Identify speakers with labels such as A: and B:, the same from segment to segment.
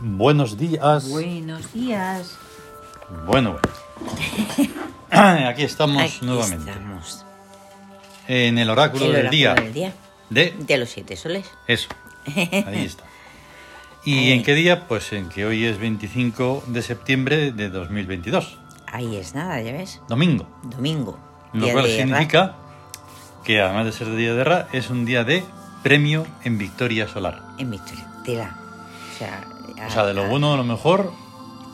A: Buenos días.
B: Buenos días.
A: Bueno, bueno. Aquí estamos
B: Aquí
A: nuevamente.
B: estamos.
A: En el oráculo,
B: El
A: del, día
B: oráculo del día.
A: de
B: De los siete soles.
A: eso. Ahí está. ¿Y
B: Eh.
A: en qué día? Pues en que hoy es 25 de septiembre de 2022,
B: Ahí es nada, ya ves.
A: domingo.
B: Domingo.
A: Lo
B: día
A: cual
B: de Ra.
A: significa que además de ser día de Ra, es un día de premio en victoria solar.
B: En Victoria. Tela. O sea, a-
A: O sea, de lo
B: a-
A: bueno, lo mejor,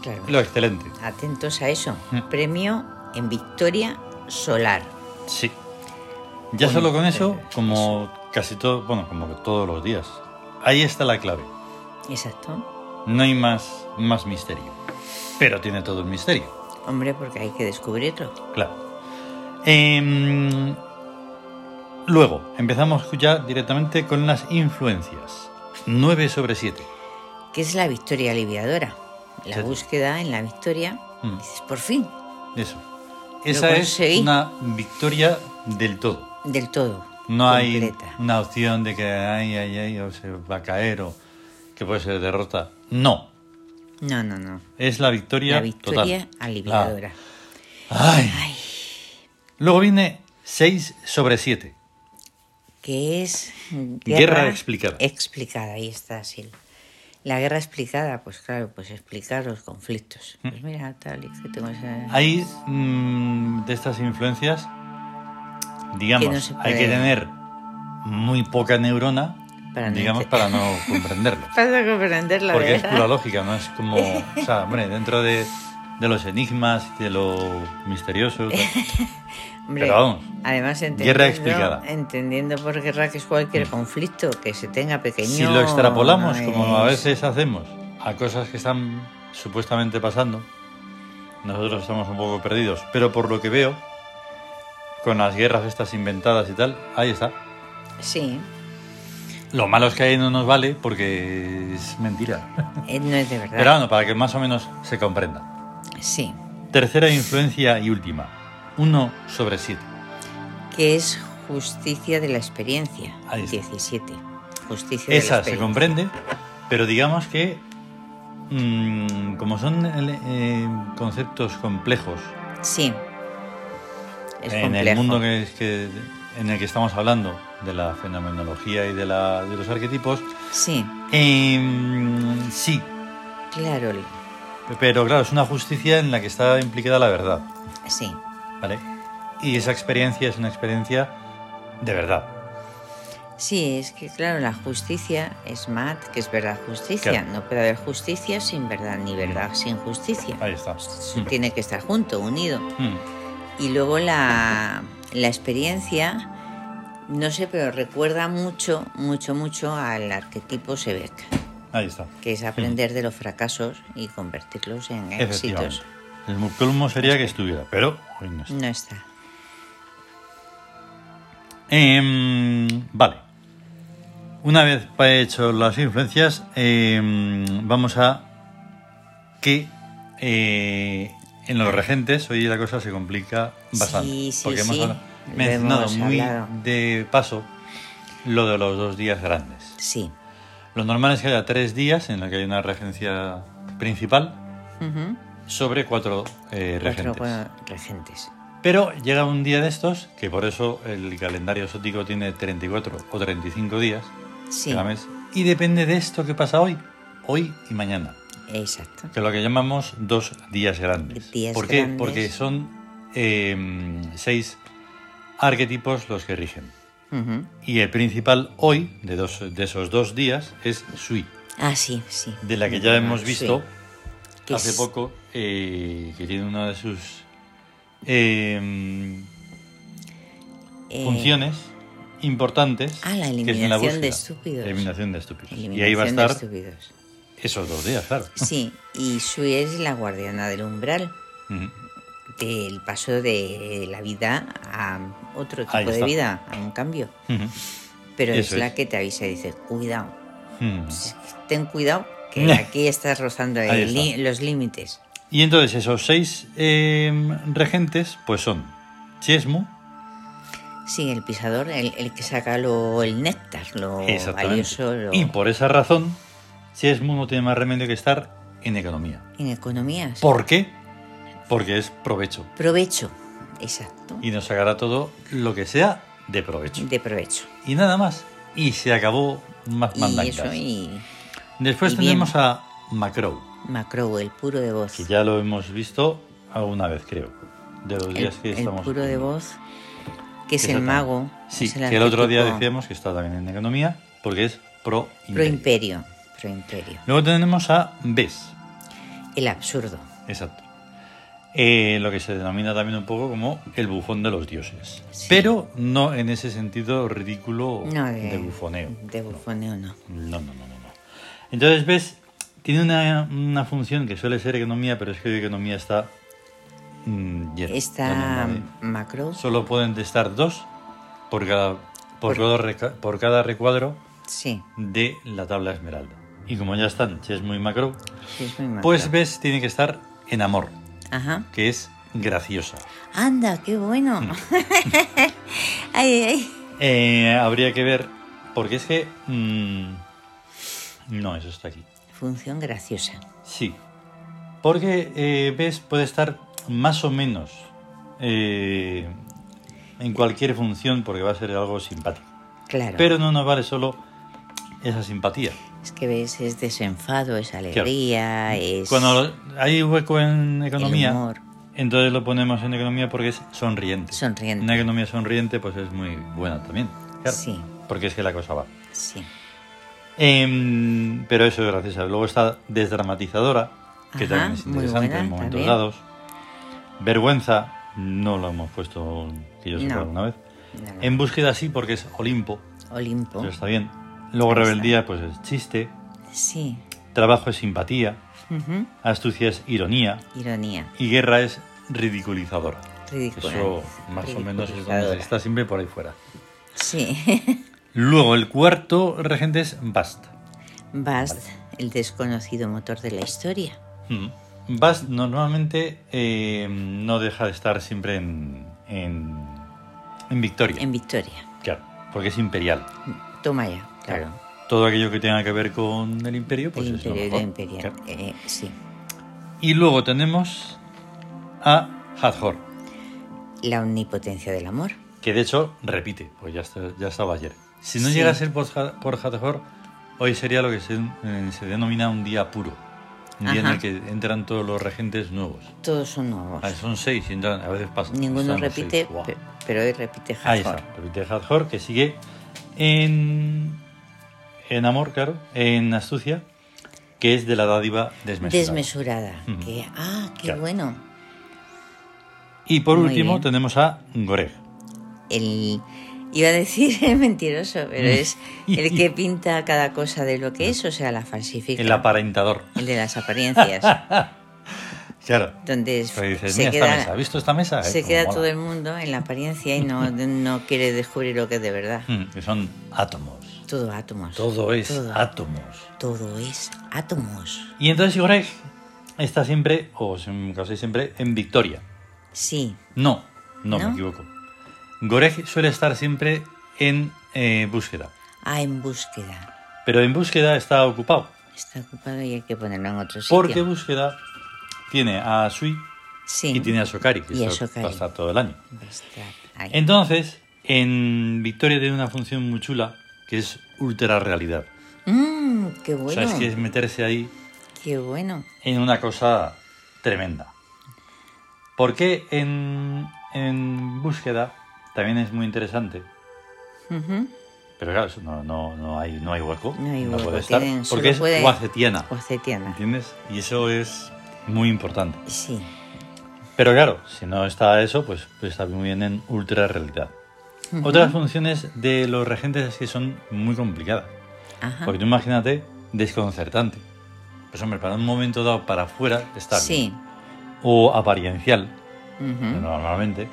B: claro.
A: lo excelente.
B: Atentos a eso.
A: Mm.
B: Premio en Victoria Solar.
A: Sí. Ya
B: Con-
A: solo con eso,
B: eh,
A: como casi todo, bueno, como que todos los días. Ahí está la clave.
B: Exacto.
A: No hay más, más misterio. Pero tiene todo el misterio,
B: Hombre, porque hay que descubrirlo.
A: claro. Em, luego, empezamos ya directamente con las influencias. 9 sobre 7.
B: ¿Qué es la victoria aliviadora? La
A: Sí.
B: búsqueda en la victoria.
A: Mm.
B: Dices, por fin,
A: Eso. Esa es
B: conseguí.
A: una victoria del todo.
B: del todo.
A: No
B: completa.
A: hay una opción de que ay, ay, ay, o se va a caer o que puede ser derrota. No.
B: No, no, no.
A: Es la victoria,
B: La victoria
A: total.
B: aliviadora.
A: Ah. Ay. Luego viene 6 sobre 7.
B: que es
A: Guerra explicada.
B: Explicada, ahí está, sí. La guerra explicada, pues claro, pues explicar los conflictos.
A: Mm.
B: Pues mira, tal, es que tengo esa...
A: Hay mm, de estas influencias, digamos,
B: Que no se
A: hay que
B: puede-
A: tener muy poca neurona,
B: Para no
A: digamos,
B: ente-
A: para no comprenderlo.
B: Pasa comprender la
A: Porque es
B: verdad.
A: pura lógica, no es como. O sea, hombre, dentro de, de los enigmas y de lo misterioso. tal.
B: Hombre,
A: pero vamos,
B: Además, entendiendo,
A: guerra explicada. Mm.
B: entendiendo por guerra que es cualquier conflicto que se tenga pequeño.
A: Si lo extrapolamos,
B: no
A: como a
B: es-
A: veces hacemos, a cosas que están supuestamente pasando, nosotros estamos un poco perdidos. Pero por lo que veo, con las guerras estas inventadas y tal, ahí está.
B: Sí,
A: Lo malo es que ahí no nos vale porque es mentira.
B: eh, no es de verdad.
A: Pero bueno, para que más o menos se comprenda.
B: Sí,
A: Tercera influencia y última. 1 sobre 7.
B: que es justicia de la experiencia.
A: Ahí está.
B: 17. Justicia de la
A: Esa
B: experiencia.
A: se comprende, pero digamos que mm, como son ele- eh, conceptos complejos
B: Sí. Es
A: en
B: complejo.
A: el mundo que, es que- en el que estamos hablando de la fenomenología y de, la- de los arquetipos,
B: Sí,
A: em, sí,
B: claro,
A: pero claro, es una justicia en la que está implicada la verdad,
B: sí.
A: ¿vale? Y esa experiencia es una experiencia de verdad.
B: Sí, es que claro, la justicia es mat, que es verdad justicia.
A: Claro. Mm.
B: No puede haber justicia sin verdad, ni verdad sin justicia.
A: Ahí está.
B: Eso Tiene que estar junto, unido.
A: Mm.
B: Y luego la, la experiencia, no sé, pero recuerda mucho, mucho, mucho al arquetipo Sebek,
A: Ahí está.
B: que es aprender de los fracasos y convertirlos en
A: Mm. Efectivamente.
B: éxitos.
A: El colmo sería que estuviera, pero hoy no está.
B: No está.
A: Em, vale. Una vez pa- hecho las influencias, em, vamos a que eh, en los regentes hoy la cosa se complica bastante.
B: Sí, sí,
A: porque
B: sí,
A: hemos habla-
B: lo
A: mencionado
B: hemos
A: muy
B: hablado.
A: de paso lo de los dos días grandes.
B: Sí.
A: Lo normal es que haya tres días en los que hay una regencia principal
B: Ujú.
A: sobre cuatro eh,
B: Cuatro
A: regentes.
B: cua- regentes.
A: Pero llega un día de estos, que por eso el calendario exótico tiene 34 o 35 días
B: Sí,
A: cada mes, y depende de esto que pasa hoy, hoy y mañana,
B: exacto.
A: que es lo que llamamos dos días grandes.
B: Días
A: ¿Por qué?
B: grandes.
A: Porque son eh, seis arquetipos los que rigen.
B: Ujú.
A: Y el principal hoy, de, dos, de esos dos días, es Sui,
B: Ah, sí, sí.
A: de la que ya hemos
B: Sí.
A: visto
B: Que
A: hace
B: es-
A: poco eh, que tiene una de sus... em,
B: eh,
A: funciones importantes.
B: Ah,
A: que
B: la
A: es en
B: eliminación
A: búsqueda.
B: de estúpidos.
A: Eliminación de estúpidos. y ahí va a
B: eliminación de
A: estar
B: estúpidos.
A: esos dos días, claro.
B: Sí, y Sui es la guardiana del umbral,
A: Ujú.
B: del paso de la vida a otro
A: Ahí
B: tipo de
A: está.
B: vida, a un cambio.
A: Ujú.
B: Pero
A: Eso
B: es la
A: es.
B: que te avisa y dice, cuidado,
A: Ujú.
B: ten cuidado, que aquí estás rozando
A: Ahí
B: el li-
A: está.
B: los límites.
A: Y entonces esos seis em, regentes, pues son Chesmo,
B: Oh, Sí, el pisador, el, el que saca lo, el néctar, lo
A: exactamente.
B: valioso. Lo...
A: Y por esa razón Chesmu no tiene más remedio que estar en economía.
B: En economías.
A: ¿Por qué? Porque es provecho.
B: Provecho. Exacto.
A: Y nos sacará todo lo que sea de provecho.
B: De provecho.
A: Y nada más. Y se acabó más
B: Y eso
A: mandancas.
B: y
A: Después
B: y bien.
A: tenemos a Macrow,
B: Macro, el puro de voz.
A: que ya lo hemos visto alguna vez, creo. De los
B: El,
A: días que
B: el
A: estamos.
B: puro de voz, que es
A: Que
B: el
A: saca-
B: mago.
A: Sí,
B: es
A: que el otro día
B: arquetipo
A: decíamos que está también en economía, porque es pro imperio.
B: Proimperio. Proimperio.
A: Luego tenemos a Bes,
B: El absurdo.
A: exacto. Eh, lo que se denomina también un poco como el bufón de los dioses. Pero no en ese sentido ridículo
B: No, eh. de,
A: Oh, de bufoneo.
B: De bufoneo, no.
A: No, no, no, no. no. Entonces, ves, tiene una, una función que suele ser economía, pero es que hoy economía está. mm, llena. No
B: Esta
A: hay nadie.
B: macro,
A: Solo pueden estar dos por cada, por,
B: Por-
A: cada reca- por cada recuadro
B: sí,
A: de la tabla esmeralda. Y como ya están, si es muy macro,
B: sí, es muy macro.
A: pues ves, tiene que estar en amor,
B: Ajá.
A: que es graciosa.
B: Anda, qué bueno.
A: Mm.
B: ay, ay.
A: Eh, habría que ver, porque es que. mm, no, eso está aquí.
B: Función graciosa.
A: Sí. Porque eh, ves, puede estar más o menos eh, en cualquier función porque va a ser algo simpático.
B: Claro.
A: Pero no nos vale solo esa simpatía.
B: es que ves, es desenfado, es alegría, es.
A: Mm. Cuando hay hueco en
B: El
A: economía,
B: humor.
A: entonces lo ponemos en economía porque es sonriente.
B: Sonriente.
A: Una economía sonriente pues es muy buena también. claro,
B: Sí.
A: Porque es que la cosa va.
B: Sí.
A: Em, pero eso es graciosa. Luego está desdramatizadora, que
B: Ajá,
A: también es
B: muy
A: interesante
B: buena,
A: en momentos
B: también.
A: dados. Vergüenza, no lo hemos puesto que yo sepa
B: No.
A: alguna vez.
B: No, no.
A: En búsqueda sí, porque es Olimpo,
B: Olimpo.
A: pero está bien. Luego
B: Ahí está.
A: rebeldía, pues es chiste.
B: Sí.
A: Trabajo es simpatía.
B: Ujú.
A: Astucia es ironía.
B: Ironía.
A: Y guerra es ridiculizadora.
B: Ridícula.
A: Eso más o menos es donde se
B: Ridiculizadora.
A: está siempre por ahí fuera.
B: Sí.
A: Luego el cuarto regente es Bast.
B: Bast, el desconocido motor de la historia.
A: Mm. Bast normalmente eh, no deja de estar siempre en, en, en victoria.
B: En Victoria.
A: Claro, porque es imperial.
B: Toma ya. Claro.
A: Todo aquello que tenga que ver con el imperio, pues
B: el
A: es lo
B: interior
A: mejor.
B: del imperio.
A: Claro.
B: Eh, sí.
A: Y luego tenemos a Hathor,
B: La omnipotencia del amor.
A: que de hecho repite, pues ya, está- ya estaba ayer. Si no
B: Sí.
A: llega a ser por, Ha- por Hathor, hoy sería lo que se, eh, se denomina un día puro. Un día en
B: Ajá.
A: el que entran todos los regentes nuevos.
B: Todos son nuevos.
A: Ah, son seis, y entran- a veces pasan.
B: Ninguno
A: están los seis.
B: repite,
A: Guau.
B: pe- pero hoy repite Hathor.
A: Ahí está, repite Hathor, que sigue en, en amor, claro, en astucia, que es de la dádiva desmesurada.
B: Desmesurada.
A: Ujú.
B: que, ah, qué
A: Claro.
B: bueno.
A: Y por
B: Muy
A: último
B: bien.
A: tenemos a Goreg.
B: El, iba a decir mentiroso, pero es el que pinta cada cosa de lo que es, o sea, la falsifica.
A: el aparentador.
B: El de las apariencias.
A: Claro.
B: Donde es-
A: Pero Pues dices,
B: se
A: mira esta mesa, ¿has
B: queda,
A: visto esta mesa? Eh,
B: se
A: cómo
B: queda
A: mola.
B: todo el mundo en la apariencia y no, no quiere descubrir lo que es de verdad.
A: Mm, Que son átomos.
B: Todo átomos.
A: Todo es
B: Todo,
A: átomos.
B: todo es átomos.
A: Y entonces Goreg está siempre, o en- casi siempre, en victoria.
B: Sí,
A: No, no,
B: ¿No?
A: me equivoco. Goreg suele estar siempre en eh, búsqueda.
B: ah, en búsqueda.
A: Pero en búsqueda está ocupado.
B: Está ocupado y hay que ponerlo en otro sitio.
A: Porque búsqueda tiene a Sui
B: sí.
A: y tiene a Sokari, que
B: Y a
A: esto
B: Sokari.
A: va a estar todo el año.
B: Está ahí.
A: Entonces, en Victoria tiene una función muy chula, que es ultra realidad.
B: Mm, qué bueno.
A: O sea, es que es meterse ahí
B: Qué bueno.
A: en una cosa tremenda. Porque en, en búsqueda también es muy interesante.
B: Ujú.
A: Pero claro, eso no, no, no, hay, no hay hueco.
B: No hay hueco,
A: puede estar.
B: tienen- solo
A: porque es
B: puede-
A: guacetiana.
B: Ocetiana.
A: ¿Entiendes? Y eso es muy importante.
B: Sí,
A: Pero claro, si no está eso, pues, pues está muy bien en ultra realidad. Otras funciones de los regentes es que son muy complicadas.
B: ajá.
A: Porque tú imagínate, desconcertante. Pues hombre, para un momento dado para afuera está
B: sí.
A: bien. O apariencial,
B: ujú.
A: normalmente.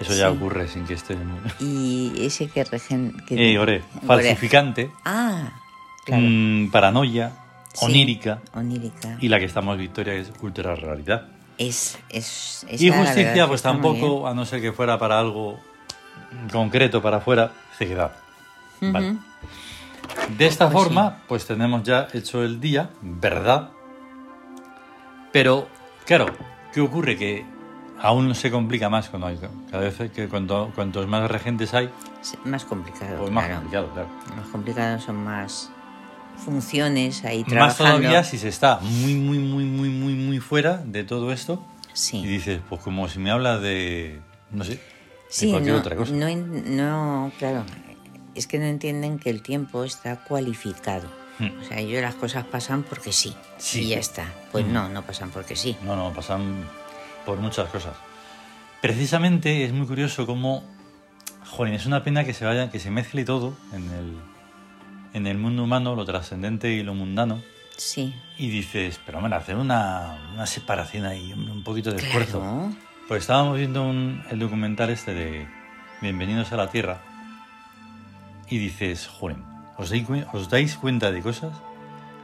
A: Eso ya
B: Sí.
A: ocurre sin que esté... en-
B: Y ese que regen... que-
A: Eh, ore,
B: Ore.
A: falsificante,
B: Ah, claro.
A: mm, paranoia,
B: Sí,
A: onírica.
B: Onírica.
A: Y la que estamos victoria que es ultra realidad.
B: Es, es, es
A: y
B: la verdad
A: justicia,
B: que
A: pues
B: está muy bien.
A: tampoco, a no ser que fuera para algo concreto para afuera, ceguedad. Vale.
B: Ujú.
A: De esta
B: Pues sí.
A: forma, pues tenemos ya hecho el día, ¿verdad? Pero, claro, ¿qué ocurre? Que aún se complica más cuando hay, cada vez que cuanto, cuantos más regentes hay,
B: Es más complicado.
A: pues más
B: claro.
A: complicado, claro.
B: Más complicado son más funciones ahí
A: Más
B: trabajando.
A: todavía si se está muy, muy, muy, muy, muy, muy fuera de todo esto
B: Sí.
A: y dices, pues como si me hablas de, no sé,
B: Sí,
A: de cualquier
B: no,
A: otra cosa.
B: No, en- no, claro, es que no entienden que el tiempo está cualificado.
A: Hmm.
B: O sea, ellos las cosas pasan porque sí.
A: Sí.
B: Y ya está. Pues
A: Mm.
B: no, no pasan porque sí.
A: No, no, pasan por muchas cosas. Precisamente es muy curioso cómo. Joder, es una pena que se vaya, que se mezcle todo en el, en el mundo humano, lo trascendente y lo mundano.
B: Sí.
A: Y dices, pero hombre, hacer una, una separación ahí, hombre, un poquito de esfuerzo.
B: Claro.
A: Pues estábamos viendo un- el documental este de Bienvenidos a la Tierra. Y dices, joder, ¿os, dais cuen- os dais cuenta de cosas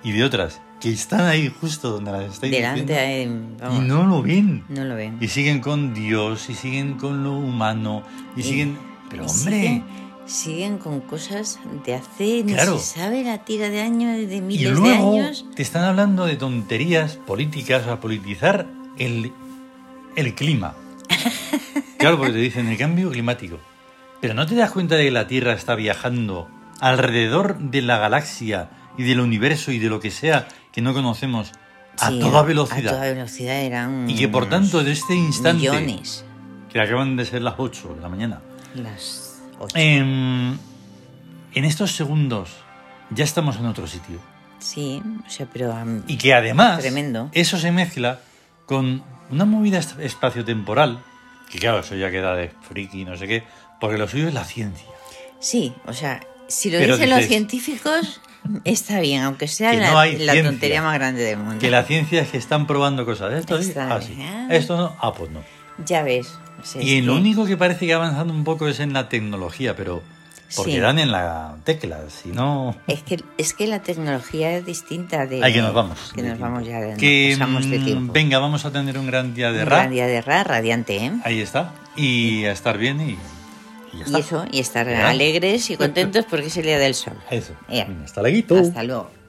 A: y de otras que están ahí justo donde las estáis
B: Delante,
A: diciendo
B: eh,
A: y
B: vamos, no,
A: no lo ven?
B: lo ven.
A: Y siguen con Dios, y siguen con lo humano, y,
B: Y-
A: siguen... Pero
B: Y
A: hombre,
B: siguen, siguen con cosas de hace, ni
A: Claro.
B: se sabe la tira de años, de
A: y
B: miles de
A: luego
B: años.
A: te están hablando de tonterías políticas, a politizar el, el clima. Claro, porque te dicen el cambio climático. Pero no te das cuenta de que la Tierra está viajando alrededor de la galaxia y del universo y de lo que sea que no conocemos a toda
B: Sí, A toda
A: velocidad.
B: velocidad eran.
A: Y que por tanto, de este instante,
B: Millones.
A: que acaban de ser las 8 de la mañana,
B: Las ocho.
A: Em, en estos segundos ya estamos en otro sitio.
B: Sí, o sea, pero. am,
A: Y que además
B: Tremendo.
A: eso se mezcla con una movida esp- espaciotemporal, que claro, eso ya queda de friki, no sé qué, porque lo suyo es la ciencia.
B: Sí, o sea, si lo
A: Pero
B: dicen los
A: dices-
B: científicos, está bien, aunque sea
A: Que
B: la,
A: no hay
B: la
A: ciencia.
B: tontería más grande del mundo.
A: Que la ciencia es que están probando cosas. Esto sí,
B: Está
A: ah, sí.
B: bien.
A: Esto no, ah, pues no.
B: Ya ves. o sea,
A: Y
B: es
A: en lo
B: que-
A: único que parece que avanzando un poco es en la tecnología, pero porque
B: Sí.
A: dan en la tecla, si no...
B: Es que, es que la tecnología es distinta de...
A: Ahí que nos vamos.
B: Que nos vamos ya, de,
A: Que,
B: nos pasamos de
A: mm,
B: tiempo.
A: Venga, vamos a tener un gran día de
B: Un
A: rap.
B: gran día de ra, radiante, ¿eh?
A: Ahí está. Y a estar bien y, y ya
B: Y
A: está.
B: eso, y estar
A: Ya.
B: alegres y contentos porque es el día del sol.
A: Eso.
B: Ya.
A: Hasta luego.
B: Hasta luego.